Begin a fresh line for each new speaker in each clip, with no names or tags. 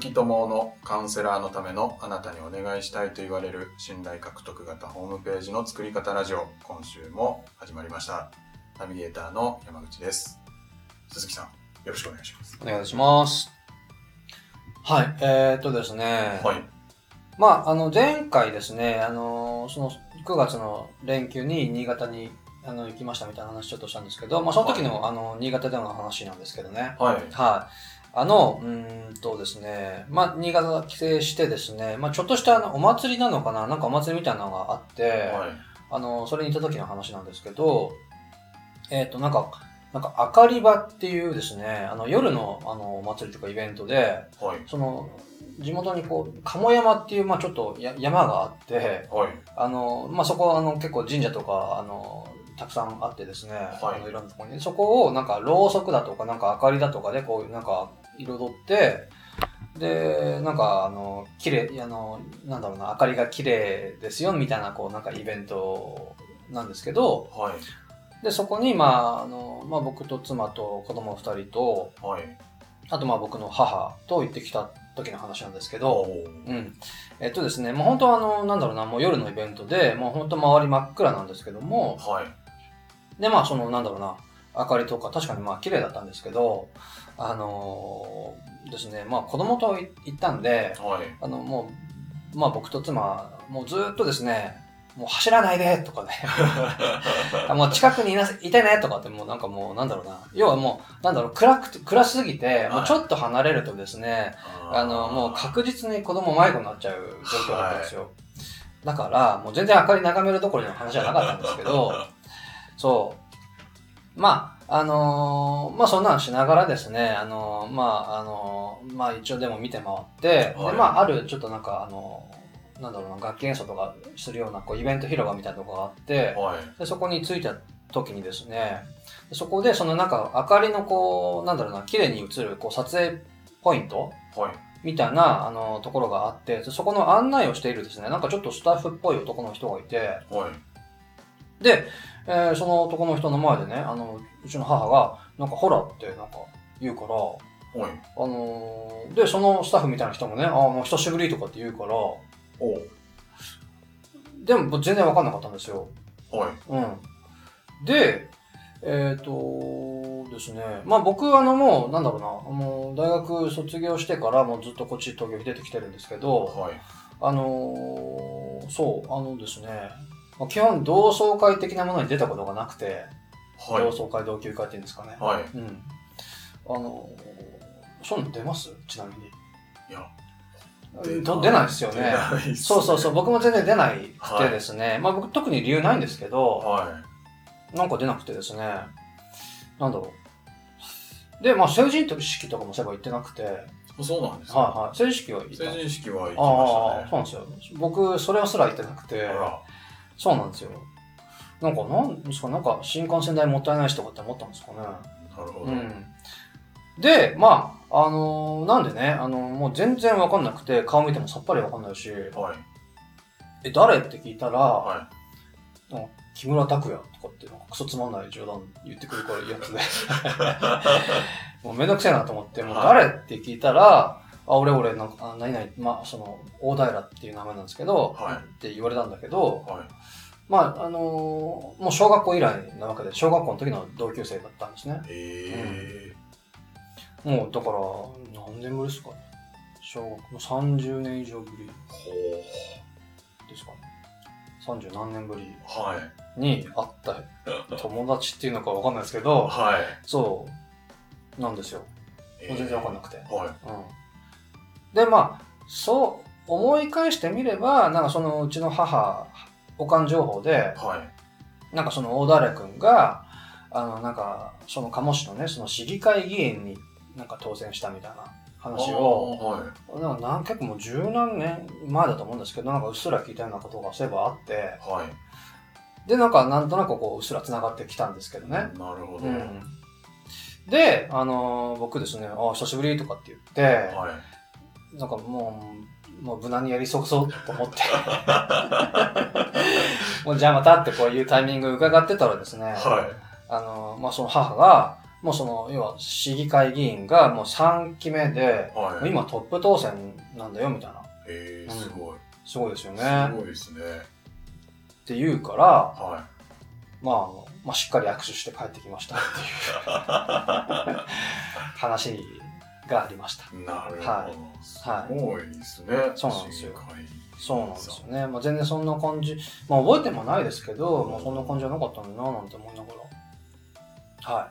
木智夫のカウンセラーのためのあなたにお願いしたいと言われる信頼獲得型ホームページの作り方ラジオ今週も始まりましたナビゲーターの山口です鈴木さんよろしくお願いします
お願いします。はい、えー、っとですね、
はい
まあ、あの、前回ですね、あの、その、9月の連休に新潟に、あの、行きましたみたいな話ちょっとしたんですけど、まあ、その時の、あの、新潟での話なんですけどね、
はい
はい。あの、うーんとですね、まあ、新潟帰省してですね、まあ、ちょっとしたあのお祭りなのかな、なんかお祭りみたいなのがあって、
はい
あの、それに行った時の話なんですけど、えっ、と、なんか、なんか、明かり場っていうですね、あの、夜の、あの、お祭りとかイベントで、
はい
その、地元にこう、鴨山っていう、まあちょっとや山があって、
はい
あの、まあそこ、あの、結構神社とか、あの、たくさんあってですね、
はい
あのいろんなところに、そこをなんか、ろうそくだとか、なんか明かりだとかで、こう、なんか、彩って、で、なんか、あの、綺麗、あの、なんだろうな、明かりが綺麗ですよ、みたいな、こう、なんかイベントなんですけど、
はい
で、そこに、まあ、あの、まあ僕と妻と子供二人と、
はい
あとまあ僕の母と行ってきた時の話なんですけ
お
ど、うん。えっとですね、もう本当あの、なんだろうな、もう夜のイベントで、もう本当周り真っ暗なんですけども、
はい
でまあその、なんだろうな、明かりとか確かにまあ綺麗だったんですけど、あのーですね、まあ子供とい行ったんで、
はい
あの、もう、まあ僕と妻、もうずっとですね、もう走らないでとかね、あもう近くにいなせいてねとかってもうなんかもうなんだろうな、要はもう、なんだろう、暗くて、暗すぎて、もうちょっと離れるとですね、あの、もう確実に子供迷子になっちゃう状況だったんですよ。だから、もう全然明かり眺めるどころの話じゃなかったんですけど、 そう。まあ、あのーまあそんなんしながらですね、あのーまあ、あのーまあ一応でも見て回って、
はい
で、まああるちょっとなんかあのーなんだろうな、楽器演奏とかするようなこうイベント広場みたいなとこがあって、
はい
でそこに着いた時にですね、そこでそのなんか明かりのこう、なんだろうな、綺麗に映るこう撮影ポイント
はい
みたいな、あの、ところがあって、そこの案内をしているですね、なんかちょっとスタッフっぽい男の人がいて、
はい
で、えーその男の人の前でね、あの、うちの母が、なんかほらってなんか言うから、あ
はい
のーで、そのスタッフみたいな人もね、あーもう久しぶりとかって言うから、
お
でも全然わかんなかったんですよ。
はい
うん。で、えっ、とですね、まあ僕、あのもう、なんだろうな、もう大学卒業してからもうずっとこっち東京に出てきてるんですけど、
はい
あのーそう、あのですね、まあ基本同窓会的なものに出たことがなくて、
はい
同窓会、同級会っていうんですかね。
はい
うん。あのーそういうの出ますちなみに。
いや
と出ないですよ
出
ね。
ないっす
そうそうそう、僕も全然出ないく
はい
てですね、まあ僕特に理由ないんですけど、
は
なんか出なくてですね、なんだろう。で、まあ成人式とかもそういえば行ってなくて、はい
いそうなんですか
はい、成人式は行った
成人式は行き
ああ、
ま
そうなんですよ。僕、それすら行ってなくて
したね。あ、ら
そうなんですよ。なんか、なんですか、なんか新幹線代もったいないしとかって思ったんですかね。
なるほ
う
ど
ん。で、まあ、あのーなんでね、あのーもう全然わかんなくて、顔見てもさっぱりわかんないし、
はい
え、誰って聞いたら、
は
なんか木村拓哉とかって、なんかクソつまんない冗談言ってくるからや つで、もうめんどくせえなと思って、もう誰って聞いたら、あ、俺俺、なんか、あ何々、まあ、その、大平っていう名前なんですけど、
はい
って言われたんだけど、
いは
まあ、あのーもう小学校以来なわけで、小学校の時の同級生だったんですね。
いえ
もう、だから、何年ぶりですかね。小学もう30年以上ぶり
ーほ
ですかね。30何年ぶり
うはい
に会った友達っていうのかわかんないですけど、
はい
そう、なんですよ。もう全然わかんなくて。
いはい
うん。で、まあ、そう、思い返してみれば、なんかそのうちの母、おかん情報で、
はい
なんかその大平君が、あの、なんか、その鴨市のね、その市議会議員になんか当選したみたいな話を、
はい
なんか何結構もう十何年前だと思うんですけど、なんかうっすら聞いたようなことがそういえばあって、
はい
で、なんかなんとなくこう、うっすら繋がってきたんですけどね。
なるほど
う
はい
ん。で、あのー僕ですね、あ、久しぶりとかって言って、なんかもう、もう無難にやりそくそうと 思って、もうじゃあまたってこういうタイミング伺ってたらですね、
は
あの、まあ、その母が、もうその、要は市議会議員がもう3期目で、も
は
う
い。
今トップ当選なんだよみたいな。
えー、すごい。
すごいですよ
す
ね。
ごいですね。
って言うから、
は
まああの、まあ、しっかり握手して帰ってきましたっていう 話がありました。
い。なるほど。
はい
す
はい
ごいですね。
そうなんです
市議
よ
会議員さん
そうなんですよね。まあ、全然そんな感じ、まあ、覚えてもないですけど、まあ、そんな感じじゃなかったんだな、なんて思いながら。は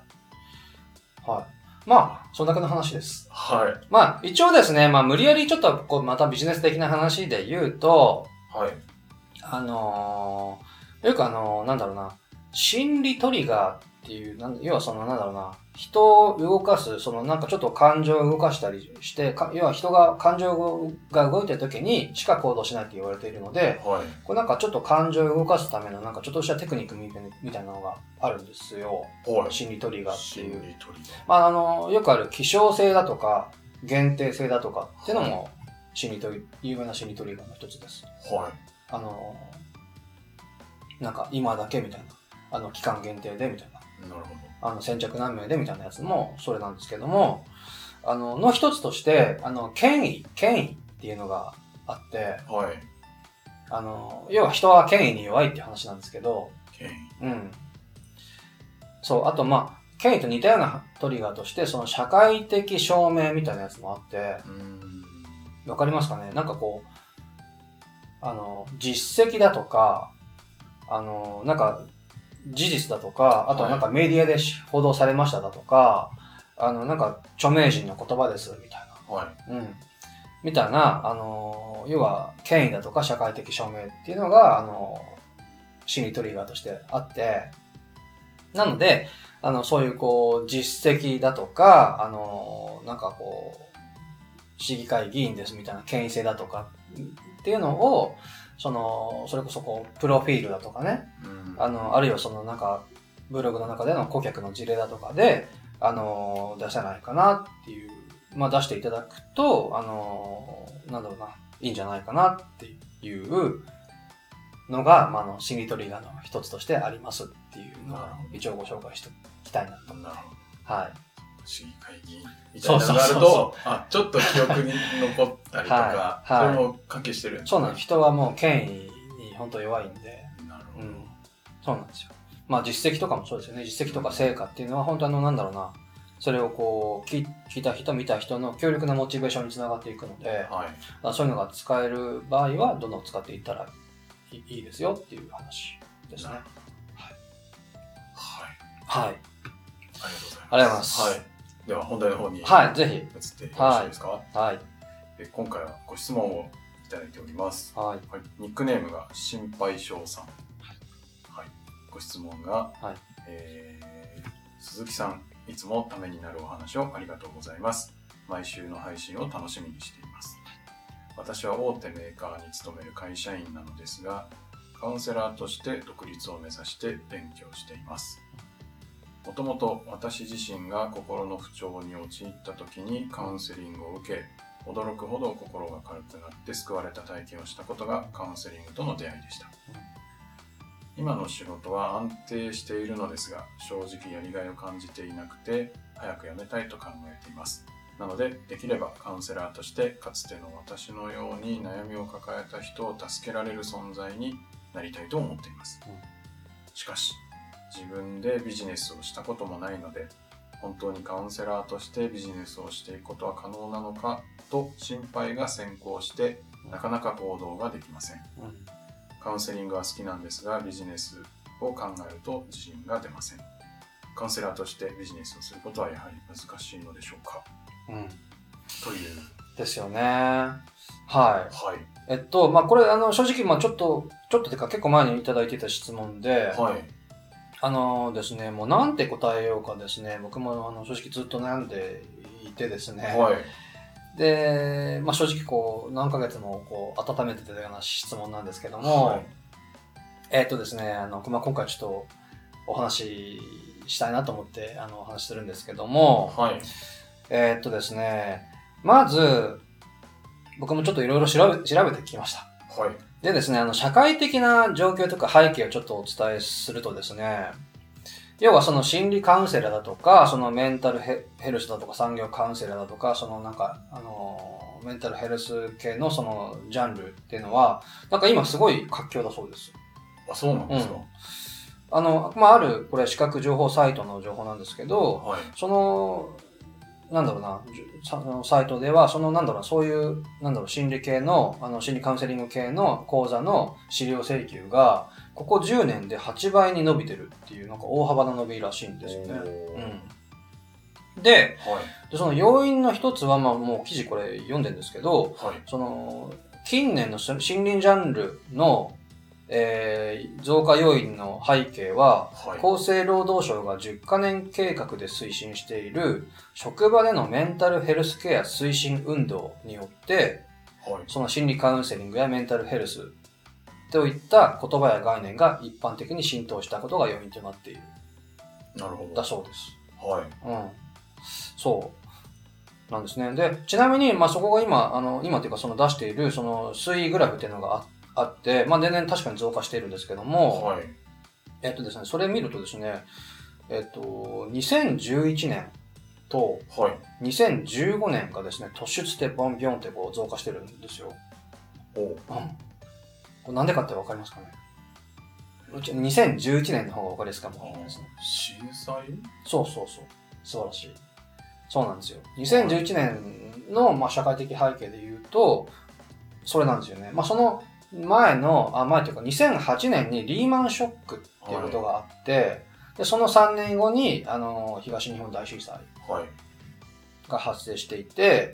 い。はい。まあ、そんだけの話です。
はい。
まあ、一応ですね、まあ、無理やりちょっと、こう、またビジネス的な話で言うと、
はい。
あのーよくあのーなんだろうな、心理トリガーっていう、なん要はその、なんだろうな、人を動かす、その、なんかちょっと感情を動かしたりして、か要は人が、感情が動いてる時にしか行動しないって言われているので、
はい。
これなんかちょっと感情を動かすためのなんかちょっとしたテクニックみたいなみたいなのがあるんですよ。
はい。
心理トリガーってい
心
う。
理トリ
まああの、よくある希少性だとか、限定性だとかっていうのも心理トリ、有名な心理トリガーの一つです。
ガー。はい。
あの、なんか今だけみたいな。あの、期間限定でみたいな。
なるほ
あの、先着何名でみたいなやつもそれなんですけども、あの、の一つとして、あの、権威、権威っていうのがあって、
ど。はい。
あの、要は人は権威に弱いって話なんですけど、
権威。
うん。そう、あとまあ、権威と似たようなトリガーとして、その社会的証明みたいなやつもあって、
うーん。
わかりますかねなんかこう、あの、実績だとか、あの、なんか、事実だとか、あとはなんかメディアで報道されましただとか、あの、なんか著名人の言葉です、みたいな。
はい。
うん、みたいな、あの要は権威だとか社会的証明っていうのが、あの心理トリガーとしてあってなのであのそういうこう実績だとか、あのなんかこう市議会議員ですみたいな権威性だとかっていうのをそのそれこそこうプロフィールだとかね
うん
あの、あるいはそのなんか、ブログの中での顧客の事例だとかで、あの、出せないかなっていう、まあ出していただくと、あの、なんだろうな、いいんじゃないかなっていうのが、まああの、心理トリガーの一つとしてありますっていうのを
なるほど
一応ご紹介していきたいなと。
なるほど。
は
市議会議員みたいなのがある
そうそうそ
と、あ、ちょっと記憶に残ったりとか
は、いはい
それも関係してるん
い。
です
そう
ね
なんです。人はもう権威に本当弱いんで、
なるほ
う
ど。
ん、そうなんですよ。まあ実績とかもそうですよね。実績とか成果っていうのは本当あのなんだろうな。それをこう聞聞いた人、見た人の強力なモチベーションにつながっていくので、
はい。
まあそういうのが使える場合はどんどん使っていったらいいいいですよっていう話ですね
な。るはい。あ
はい。
りがとうございます。
ありがとうございます
はい。では本題の方に移
はい、ぜ
ってよろしいですか、
ひ。はい。
え今回はご質問をいただいております。
はい。
はい、ニックネームが心配性さん。はい。ご質問が、
はい
えー鈴木さん、いつもためになるお話をありがとうございます。毎週の配信を楽しみにしています。私は大手メーカーに勤める会社員なのですが、カウンセラーとして独立を目指して勉強しています。もともと私自身が心の不調に陥った時にカウンセリングを受け、驚くほど心が軽くなって救われた体験をしたことがカウンセリングとの出会いでした、今の仕事は安定しているのですが正直やりがいを感じていなくて早く辞めたいと考えていますなのでできればカウンセラーとしてかつての私のように悩みを抱えた人を助けられる存在になりたいと思っています、
うん
しかし自分でビジネスをしたこともないので本当にカウンセラーとしてビジネスをしていくことは可能なのかと心配が先行してなかなか行動ができません
うん
カウンセリングは好きなんですがビジネスを考えると自信が出ませんカウンセラーとしてビジネスをすることはやはり難しいのでしょうか
うん。
という
ですよね。はい。
はい
えっと、まあ、これ、あの、正直、まあ、ちょっと、ちょっとてか、結構前にいただいていた質問で、
はい
あのですね、もうなんて答えようかですね、僕もあの正直ずっと悩んでいてですね、
はい
で、まあ、正直こう、何ヶ月もこう温めてたような質問なんですけども、
はい
えっ、とですね、あのまあ、今回ちょっとお話ししたいなと思ってあのお話しするんですけども、
はい
えっとですね、まず、僕もちょっといろいろ調べ調べてきました。
はい
でですね、あの、社会的な状況とか背景をちょっとお伝えするとですね、要はその心理カウンセラーだとか、そのメンタルヘヘルスだとか産業カウンセラーだとか、そのなんか、あのーメンタルヘルス系のそのジャンルっていうのは、なんか今すごい活況だそうです。
あ、そうなんですか。
あの、まあ、ある、これ視覚情報サイトの情報なんですけど、
はい。
その、なんだろうな、じゅさあのサイトでは、その、なんだろうな、そういう、なんだろう、心理系の、あの、心理カウンセリング系の講座の資料請求が、ここ10年で8倍に伸びてるっていう、なんか大幅な伸びらしいんですよ
お
ね。
ー
うん。で、
はい。
でその要因の一つは、まあ、もう記事これ読んでるんですけど、
はい。
その近年の森林ジャンルの、えー増加要因の背景は
はい。
厚生労働省が10カ年計画で推進している職場でのメンタルヘルスケア推進運動によって
はい。
その心理カウンセリングやメンタルヘルスといった言葉や概念が一般的に浸透したことが要因となっている
なるほ
だ
ど。
そうです。
はい。
うん。そう。なんですね。で、ちなみに、まあ、そこが今、あの、今というか、その出している、その、水位グラフっていうのがああって、まあ、年々確かに増加しているんですけども、
はい。
えっとですね、それ見るとですね、えっと、2011年と
はい。
2015年がですね、突出してボンビョンってこう増加してるんですよ。
おう
うん。これなんでかってわかりますかねうち2011年の方がわかりやすいかもわかんないですね。
震災
そうそうそう。素晴らしい。そうなんですよ。2011年の、まあ、社会的背景で言うと、それなんですよね。まあ、その前の、あ、前というか2008年にリーマンショックっていうことがあって、でその3年後に、あの、東日本大震災
はい。
が発生していて、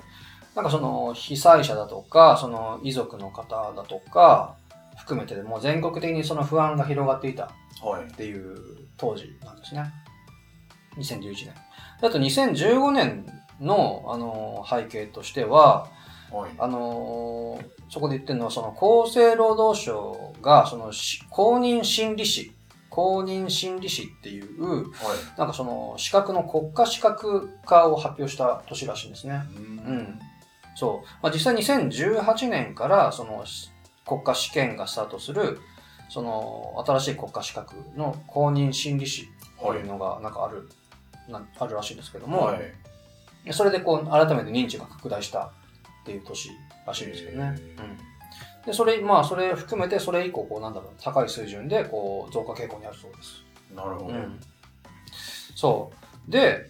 なんかその被災者だとか、その遺族の方だとか、含めてもう全国的にその不安が広がっていた
はい
っ。ていう当時なんですね。2011年。あと2015年の、あの背景としては、
はい。
あのそこで言ってるのは、その厚生労働省が、そのし公認心理師、公認心理師っていう、
はい。
なんかその資格の国家資格化を発表した年らしいんですね。
うー
うん。そう。まあ、実際2018年から、その、し国家試験がスタートする、その、新しい国家資格の公認心理師って
はい
いう。のが、なんかある、なあるらしいんですけども、
はい。
それでこう、改めて認知が拡大したっていう年らしいんですけどね。
へー
うんで、それ、まあ、それ含めて、それ以降、こう、なんだろう、高い水準で、こう、増加傾向にあるそうです。
なるほど。
そう。で、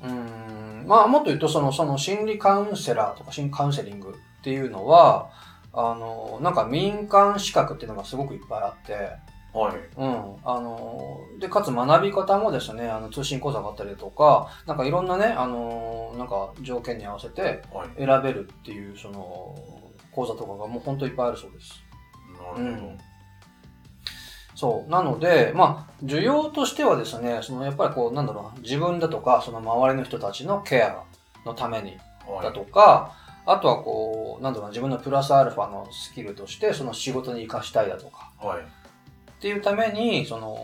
うーん、まあもっと言うとその、その心理カウンセラーとか心理カウンセリングっていうのは、あの、なんか民間資格っていうのがすごくいっぱいあって、
はい。
うん、あの、で、かつ学び方もですね、あの通信講座があったりだとか、なんかいろんなね、あの、なんか条件に合わせて
はい。
選べるっていう、その、講座とかがもうほんといっぱいあるそうです。
なる
うんそう。なので、まあ、需要としてはですね、そのやっぱりこう、なんだろうな、自分だとか、その周りの人たちのケアのために
ほど。はい。
だとか、あとはこう、なんだろうな、自分のプラスアルファのスキルとして、その仕事に活かしたいだとか、
はい。
っていうために、その、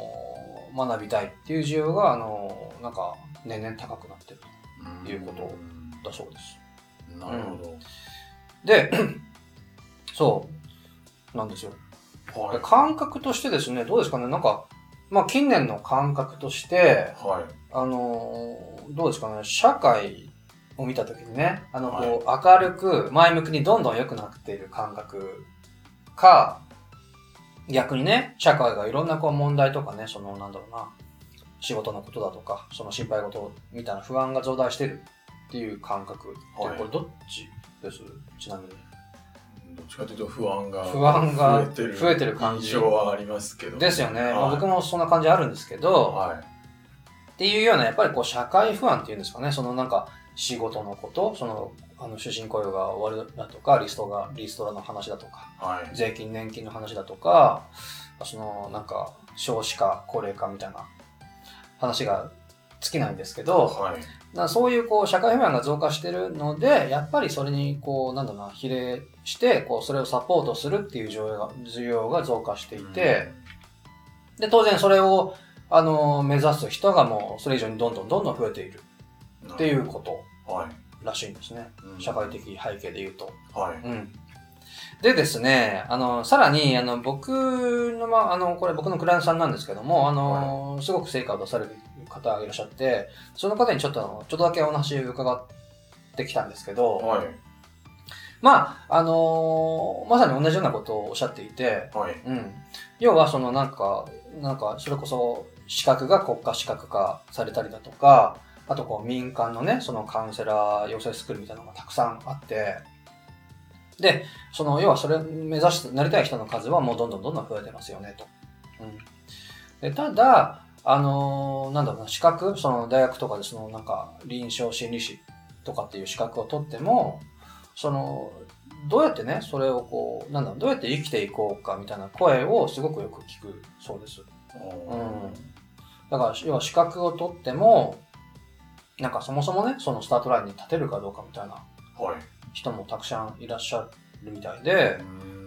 学びたいっていう需要が、あの、なんか、年々高くなってるん
ん
いうことだそうです。
なるほ
で、 そう、なんですよ。
ど。はい。
感覚としてですね、どうですかね、なんか、まあ、近年の感覚として、
はい。
あのーどうですかね、社会を見たときにね、あの、こう、明るく、前向きにどんどん良くなっている感覚か、逆にね、社会がいろんなこう問題とかね、その、なんだろうな、仕事のことだとか、その心配事みたいな不安が増大してるっていう感覚って、
はい
これどっちですちなみに。
どっちかというと不安が
不安が
増えてる
増えてる感じ
印象はありますけど。
ですよね。まあ
はい
僕もそんな感じあるんですけど、
は
っていうような、やっぱりこう、社会不安っていうんですかね、そのなんか、仕事のこと、その、あの、主人雇用が終わるだとか、リストが、リストラの話だとか、
い。はい。
税金、年金の話だとか、その、なんか、少子化、高齢化みたいな話が尽きないんですけど、
はい。
なそういうこう、社会不安が増加してるので、やっぱりそれにこう、なんだろうな、比例して、こう、それをサポートするっていう需要が需要が増加していて、で、当然それを、あの、目指す人がもう、それ以上にどんどんどんどん増えている
うん、
っていうこと
はい。
らしいんですね。
うん
社会的背景で言うと。
はい。
うん。でですね、あの、さらに、あの、僕の、ま、あの、これ僕のクライアントさんなんですけども、あの、すごく成果を出される方がいらっしゃって、その方にちょっとあの、ちょっとだけお話伺ってきたんですけど、
はい。
まあ、あのーまさに同じようなことをおっしゃっていて、
はい。
うん。要は、そのなんか、なんか、それこそ資格が国家資格化されたりだとか、あとこう民間のね、そのカウンセラー養成スクールみたいなのがたくさんあって、で、その、要はそれ目指して、なりたい人の数はもうどんどんどんどん増えてますよね、と。うん。でただ、あのーなんだろうな、資格、その大学とかでそのなんか臨床心理士とかっていう資格を取っても、そのどうやってねそれをこうなんだろうどうやって生きていこうかみたいな声をすごくよく聞くそうです
お
だから要は資格を取ってもなんかそもそもねそのスタートラインに立てるかどうかみたいな
ーはい。
人もたくさんいらっしゃるみたいで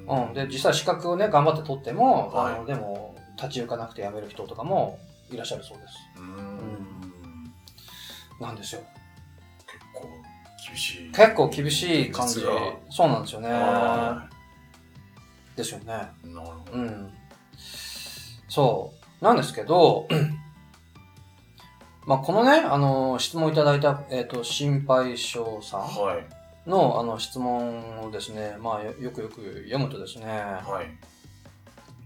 う、ん
うん、で実際資格をね頑張って取っても、
はい
あのでも立ち行かなくて辞める人とかもいらっしゃるそうです
うーん
なんですよ
結構厳しい。
結構厳しい感じ
現実が
そうなんですよね
は
ですよね
いなるほど。
うん。そう。なんですけど、 まあ、このね、あの、質問いただいた、えっ、と、心配性さ
はい。
んの、あの、質問をですね、まあ、よよくよく読むとですね、
はい。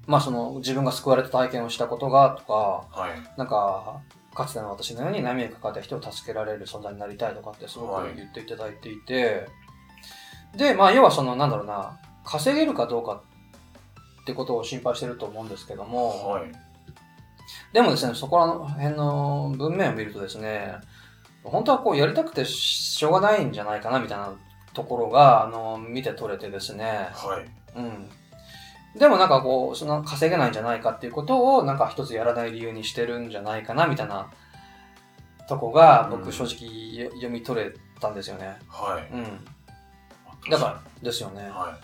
まあ、その、自分が救われた体験をしたことが、とか、
はい。
なんか、かつての私のように悩みを抱えた人を助けられる存在になりたいとかってすご
はい
く言っていただいていて、で、まあ、要はその、なんだろうな、稼げるかどうかってことを心配してると思うんですけども、
はい。
でもですね、そこら辺の文面を見るとですね、本当はこうやりたくてしょうがないんじゃないかなみたいなところが、あの、見て取れてですね、
はい。
うん。でもなんかこう、その稼げないんじゃないかっていうことを、なんか一つやらない理由にしてるんじゃないかなみたいなとこが、
うん
僕正直よ読み取れたんですよね。
はい。
うん。だかですよね
ら。。は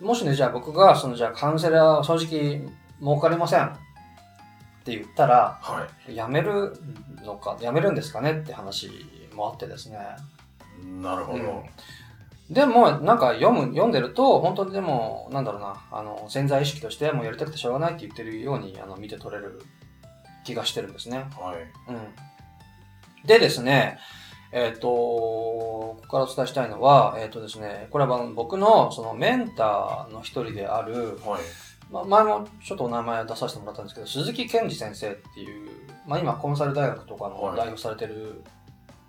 もしね、じゃあ僕が、そのじゃあカウンセラーは正直儲かりませんって言ったら、
い。はい。
辞めるのか、辞めるんですかねって話もあってですね。
なるほど。
でも、なんか読む、読んでると、本当にでも、なんだろうな、あの、潜在意識として、もうやりたくてしょうがないって言ってるように、あの、見て取れる気がしてるんですね。
はい。
うん。でですね、えっ、と、ここからお伝えしたいのは、えっ、とですね、これはあの僕の、その、メンターの一人である、
はい。
まあ、前もちょっとお名前を出させてもらったんですけど、鈴木健二先生っていう、まあ、今コンサル大学とか
は
の
い
代表されてる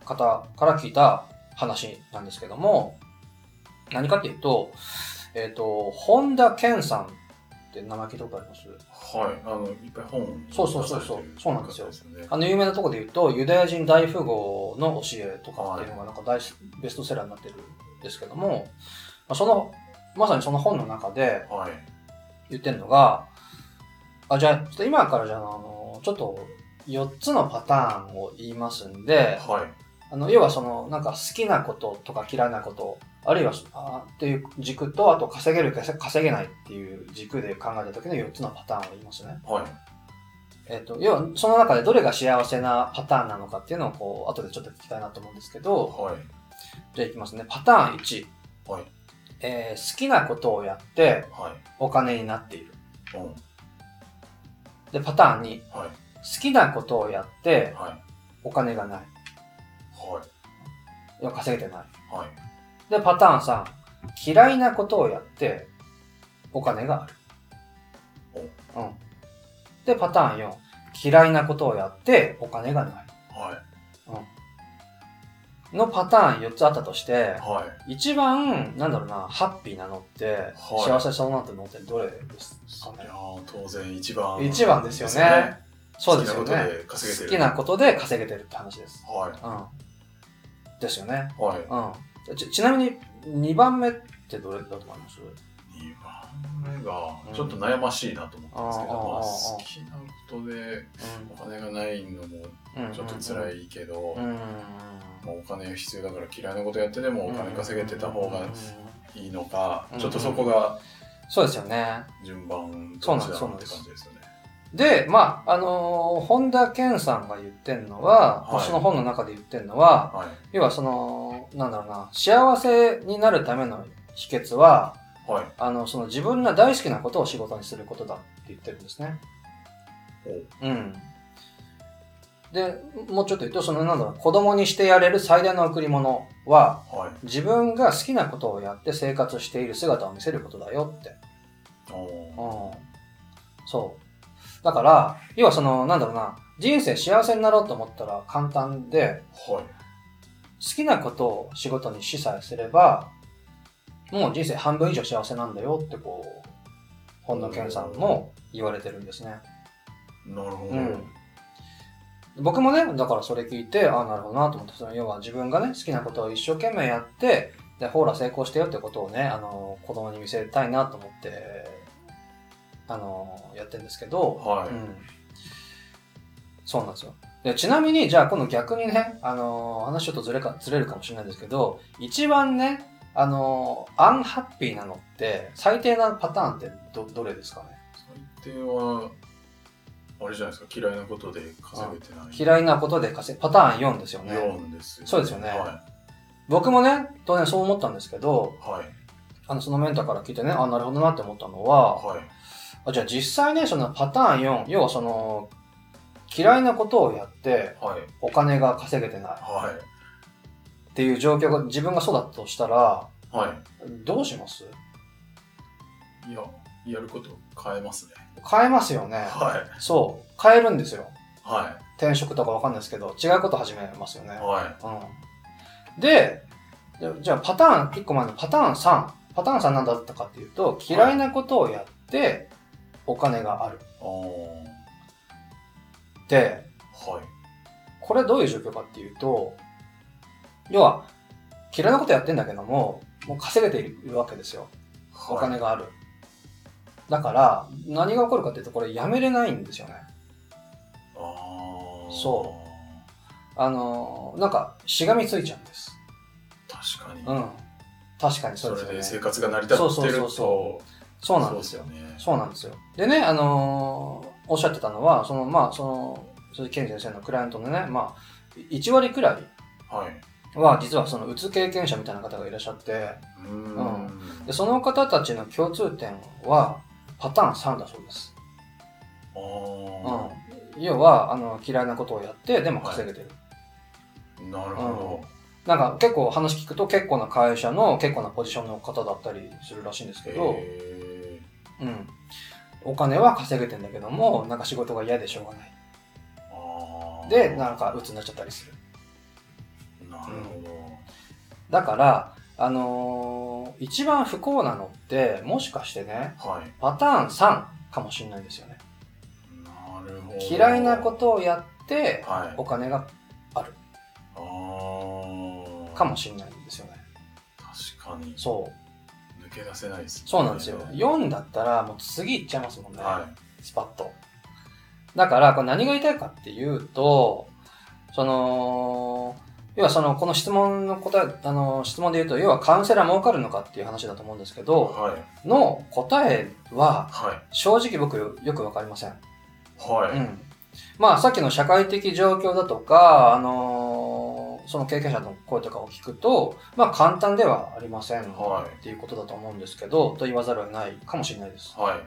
方から聞いた話なんですけども、何かっていうと、えっ、と、本田健さんって名前聞いたことあります
はい。あの、いっぱい本を
そうそうそうそ
出され
う
てる
そうなんですよ
方ね
あの、有名なとこで言うと、ユダヤ人大富豪の教えとかっていうのがなんか大ベストセラーになってるんですけども、まあその、まさにその本の中で、
はい。
言ってるのが、あ、じゃあ、ちょっと今からじゃあ、あの、ちょっと4つのパターンを言いますんで、
はい。
あの、要はその、なんか好きなこととか嫌いなこと、あるいはあっていう軸と、あと稼げるか稼げないっていう軸で考えた時の4つのパターンを言いますね。
はい。
えっ、と、要はその中でどれが幸せなパターンなのかっていうのをこう、後でちょっと聞きたいなと思うんですけど、
はい。
じゃあいきますね。パターン1。
はい。
えー好きなことをやって
はい。
お金になっている。
うん。
で、パターン2。
はい。
好きなことをやって
はい。
お金がない。
はい。
要は稼げてない。
はい。
で、パターン3。嫌いなことをやってお金がある。うん。で、パターン4。嫌いなことをやってお金がな
はい。
い。のパターン4つあったとして、
はい。
一番、なんだろうな、ハッピーなのって、
はい
幸せそうなってのってどれですか
い
ね
やー当然一番。
一番ですよねそうですよ
好きなこと
ね。
で稼げてる。
好きなことで稼げてるって話です。
は
うん。ですよね。
い。はい。
うん。ちちなみに、2番目ってどれだと思います
二番目が、ちょっと悩ましいなと思ったんですけど、
うん
まあ、
あーあー
好きなことでお金がないのも
うん。
ちょっと辛いけど、
うん。うん
まあお金が必要だから嫌いなことやってでもお金稼げてた方がいいのか、
うん
ちょっとそこが
そうですよね。
順番どっちだろうって感じですよね。
で、まあ、あのー本田健さんが言ってんのは、
はい
その本の中で言ってんのは、
はい。
要はその、なんだろうな、幸せになるための秘訣は、
はい。
あのその自分が大好きなことを仕事にすることだって言ってるんですね。うん、でもうちょっと言うとそのなんだろう子供にしてやれる最大の贈り物は
はい。
自分が好きなことをやって生活している姿を見せることだよって。
おー
うん、そうだから要はそのなんだろうな人生幸せになろうと思ったら簡単で
はい。
好きなことを仕事に司祭すればもう人生半分以上幸せなんだよってこう本田健さんも言われてるんですね。
なるほど。
うん僕もね、だからそれ聞いて、ああ、なるほどなと思って、その要は自分がね、好きなことを一生懸命やって、で、ほら、成功してよってことをね、あの、子供に見せたいなと思って、あの、やってるんですけど、
はい
うん。そうなんですよ。でちなみに、じゃあ、今度逆にね、あの、話ちょっとずれか、ずれるかもしれないんですけど、一番ね、あの、アンハッピーなのって、最低なパターンってど、どれですかね
最低は、あれじゃないですか、嫌いなことで稼げてない。
嫌いなことで稼い、パターン4ですよね。
4ですよ、
そうですよね
は
僕もね、当然そう思ったんですけど
い。、はい。
あの、そのメンターから聞いてね、あ、なるほどなって思ったのは、
はい。
あじゃあ実際ね、そのパターン4、要はその、嫌いなことをやって、
はい。
お金が稼げてない
はい。
っていう状況が、自分がそうだったとしたら、
は
どうします
い。いや、やること変えますね。
変えますよね。
はい。
そう。変えるんですよ。
は
転職とかわかんないですけど、違うこと始めますよね
い。。は
うん。で、じゃじゃあパターン、1個前のパターン3。パターン3なんだったかっていうと、嫌いなことをやって、お金がある。
い。おー
で、
はい。
これどういう状況かっていうと、要は、嫌いなことやってんだけども、もう稼げているわけですよ。お
はい。
金がある。だから、何が起こるかっていうと、これやめれないんですよね。
ああ。
そあのー、なんか、しがみついちゃうんです。
確かに。
うん。確かに
そ
そ
うれ
で
です生
よね。
活が成り立ってる
そうそう
と。
そそうなんですよ。
そうね。
そうなんですよ。でね、あのーおっしゃってたのは、その、まあ、その、鈴木健二先生のクライアントのね、まあ、1割くら
はい。
いは、実はその、うつ経験者みたいな方がいらっしゃって、
うーん。
うでその方たちの共通点はパターン3だそうです、
あー
うん、要はあの嫌いなことをやってでも稼げてる、
なるほ
なんか結構話聞くと結構な会社の結構なポジションの方だったりするらしいんです
ど。
けど、
え
うん、お金は稼げてんだけどもなんか仕事が嫌でしょうがない
ー、あー
でなんか鬱になっちゃったりする
なるほど。
だからあのー一番不幸なのってもしかしてね
はい。
パターン3かもしれないですよね
なるほど。
嫌いなこ。とをやって
はい。
お金が
ああ。
かもしれないんですよね
確かに。
そう
抜け出せないです、ね。
そうなんですよ。
はい。
4だったら、もう次行っちゃいますもんね。
は
スパッと。だから、これ何が言いたいかっていうと、その、要はその、この質問の答え、あの、質問で言うと、要はカウンセラー儲かるのかっていう話だと思うんですけ
い。
ど、
はい。
の答えは、
はい。
正直僕よくわかりません。
は
う
い。
ん。まあ、さっきの社会的状況だとか、あのーその経験者の声とかを聞くと、まあ、簡単ではありません。
は
っていうことだと思うんですけど、と言わざるを得ないかもしれないです
い。。はい。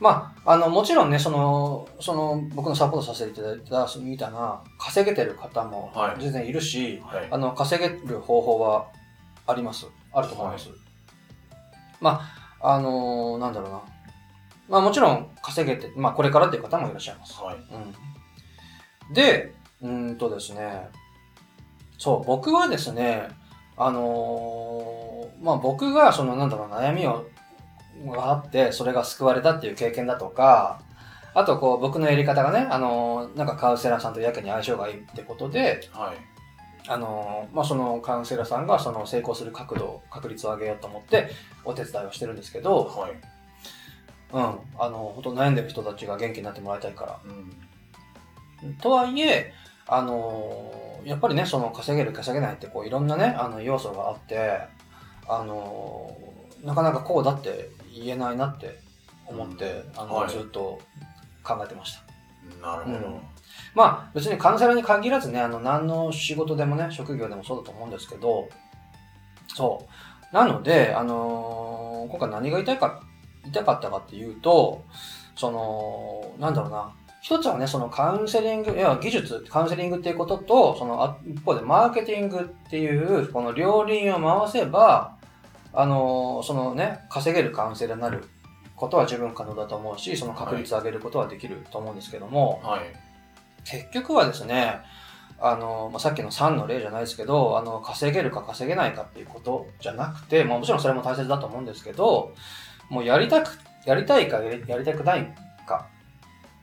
まあ、あの、もちろんね、その、その、僕のサポートさせていただいた、そのみたいな、稼げてる方も
はい
全然いるし、
はい。
あの、稼げる方法はあります。あると思います。まあ、あのなんだろうな。まあ、もちろん稼げて、まあ、これからっていう方もいらっしゃいます。
はい。
うん。で、うーんとですね、そう、僕はですね、あのーまあ僕がそのなんだろう悩みをがあってそれが救われたっていう経験だとかあとこう僕のやり方がねあのーなんかカウンセラーさんとやけに相性がいいってことで
はい。
あのーまあそのカウンセラーさんがその成功する角度確率を上げようと思ってお手伝いをしてるんですけど
はい。
うんあの本当悩んでる人たちが元気になってもらいたいから
うん。
とはいえ、あのーやっぱりね、その稼げる稼げないってこういろんなね、あの要素があって、あのーなかなかこうだって言えないなって思って、あの
はい
ずっと考えてました。
なるほど。
うんまあ別にカウンセラーに限らずね、あの何の仕事でもね、職業でもそうだと思うんですけど、そう。なので、あのー今回何が言いたいか、言いたかったかっていうと、その、なんだろうな。一つはね、そのカウンセリング、いや、技術、カウンセリングっていうことと、その、あ一方でマーケティングっていう、この両輪を回せば、あのーそのね、稼げるカウンセラーになることは十分可能だと思うし、その確率を上げることはできると思うんですけども、
はい。
結局はですねあの、まあ、さっきの3の例じゃないですけどあの稼げるか稼げないかっていうことじゃなくて、まあ、もちろんそれも大切だと思うんですけどもうやりたくやりたいかやりやりたくないか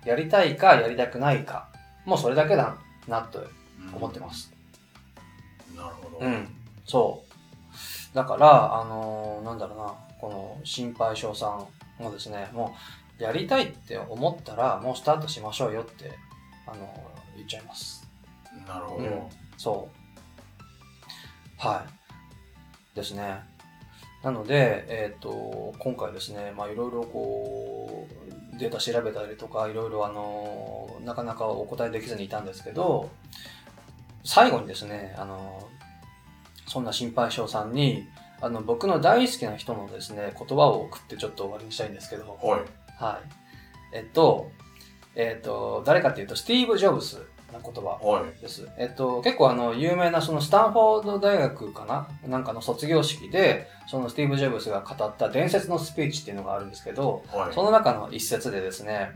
やりたいかやりたくないかもうそれだけだなと思ってます。
す。なるほど。
うん、そう。だから、あのーなんだろうな、この心配性さんもですね、もう、やりたいって思ったら、もうスタートしましょうよって、あのー言っちゃいます。
なるほど。
うんそう。はい。ですね。なので、えっ、と、今回ですね、まあいろいろこう、データ調べたりとか、いろいろあの、なかなかお答えできずにいたんですけど、最後にですね、あの、そんな心配性さんに、あの、僕の大好きな人のですね、言葉を送ってちょっと終わりにしたいんですけど、
はい。
はい。えっと、えっと、誰かっていうと、スティーブ・ジョブスの言葉。
はい。
です。えっと、結構あの、有名なそのスタンフォード大学かななんかの卒業式で、そのスティーブ・ジョブスが語った伝説のスピーチっていうのがあるんですけど、
はい。
その中の一節でですね、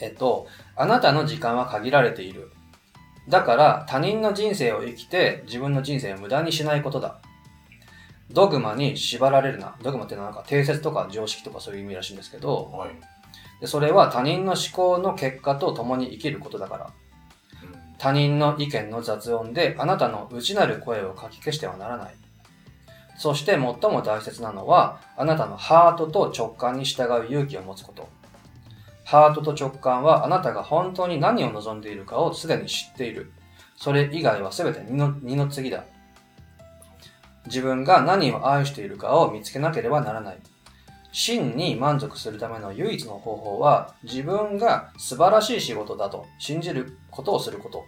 えっと、あなたの時間は限られている。だから他人の人生を生きて自分の人生を無駄にしないことだ。ドグマに縛られるな。ドグマっていうのはなんか定説とか常識とかそういう意味らしいんですけど、
はい。
でそれは他人の思考の結果と共に生きることだから。
うん
他人の意見の雑音であなたの内なる声をかき消してはならない。そして最も大切なのはあなたのハートと直感に従う勇気を持つこと。ハートと直感はあなたが本当に何を望んでいるかをすでに知っている。それ以外は全て二の二の次だ。自分が何を愛しているかを見つけなければならない。真に満足するための唯一の方法は自分が素晴らしい仕事だと信じることをすること。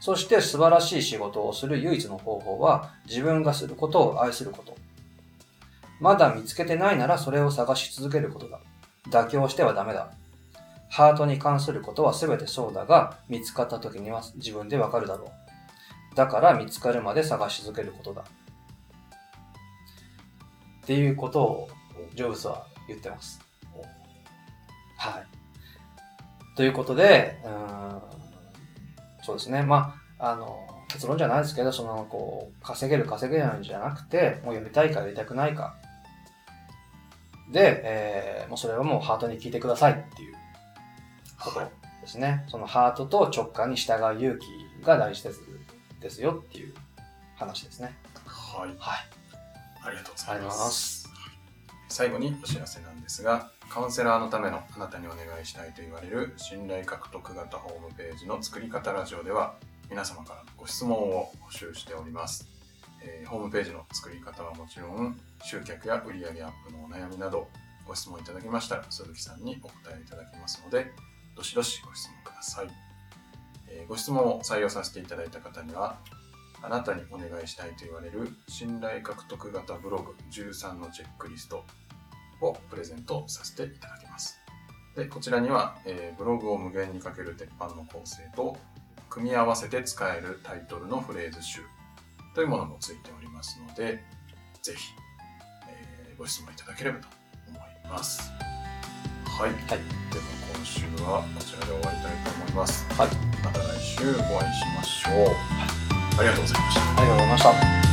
そして素晴らしい仕事をする唯一の方法は自分がすることを愛すること。まだ見つけてないならそれを探し続けることだ。妥協してはダメだ。ハートに関することは全てそうだが見つかった時には自分でわかるだろう。だから見つかるまで探し続けることだ。っていうことをジョブスは言ってます。はい。ということで、うーんそうですね。まあ、あの、結論じゃないですけど、その、こう、稼げる稼げないんじゃなくて、もうやりたいかやりたくないか。で、えーもうそれはもうハートに聞いてくださいっていうこと
はい
ですね。そのハートと直感に従う勇気が大事ですですよっていう話ですね。
はい。
はい。
ありがとうご
あ
ざ
り
い
がとうご
ま。
ざいますす。
最後にお知らせなんですが、カウンセラーのためのあなたにお願いしたいと言われる信頼獲得型ホームページの作り方ラジオでは、皆様からのご質問を募集しております。えーホームページの作り方はもちろん、集客や売上アップのお悩みなど、ご質問いただきましたら、鈴木さんにお答えいただきますので、どしどしご質問ください。えーご質問を採用させていただいた方には、あなたにお願いしたいと言われる信頼獲得型ブログ13のチェックリスト、をプレゼントさせていただきます。で、こちらには、えーブログを無限にかける鉄板の構成と、組み合わせて使えるタイトルのフレーズ集というものもついておりますので、ぜひ、えーご質問いただければと思います。はい。
はい
では、今週はこちらで終わりたいと思います。
はい。
また来週お会いしましょう。ありがとうございました。
ありがとうございました。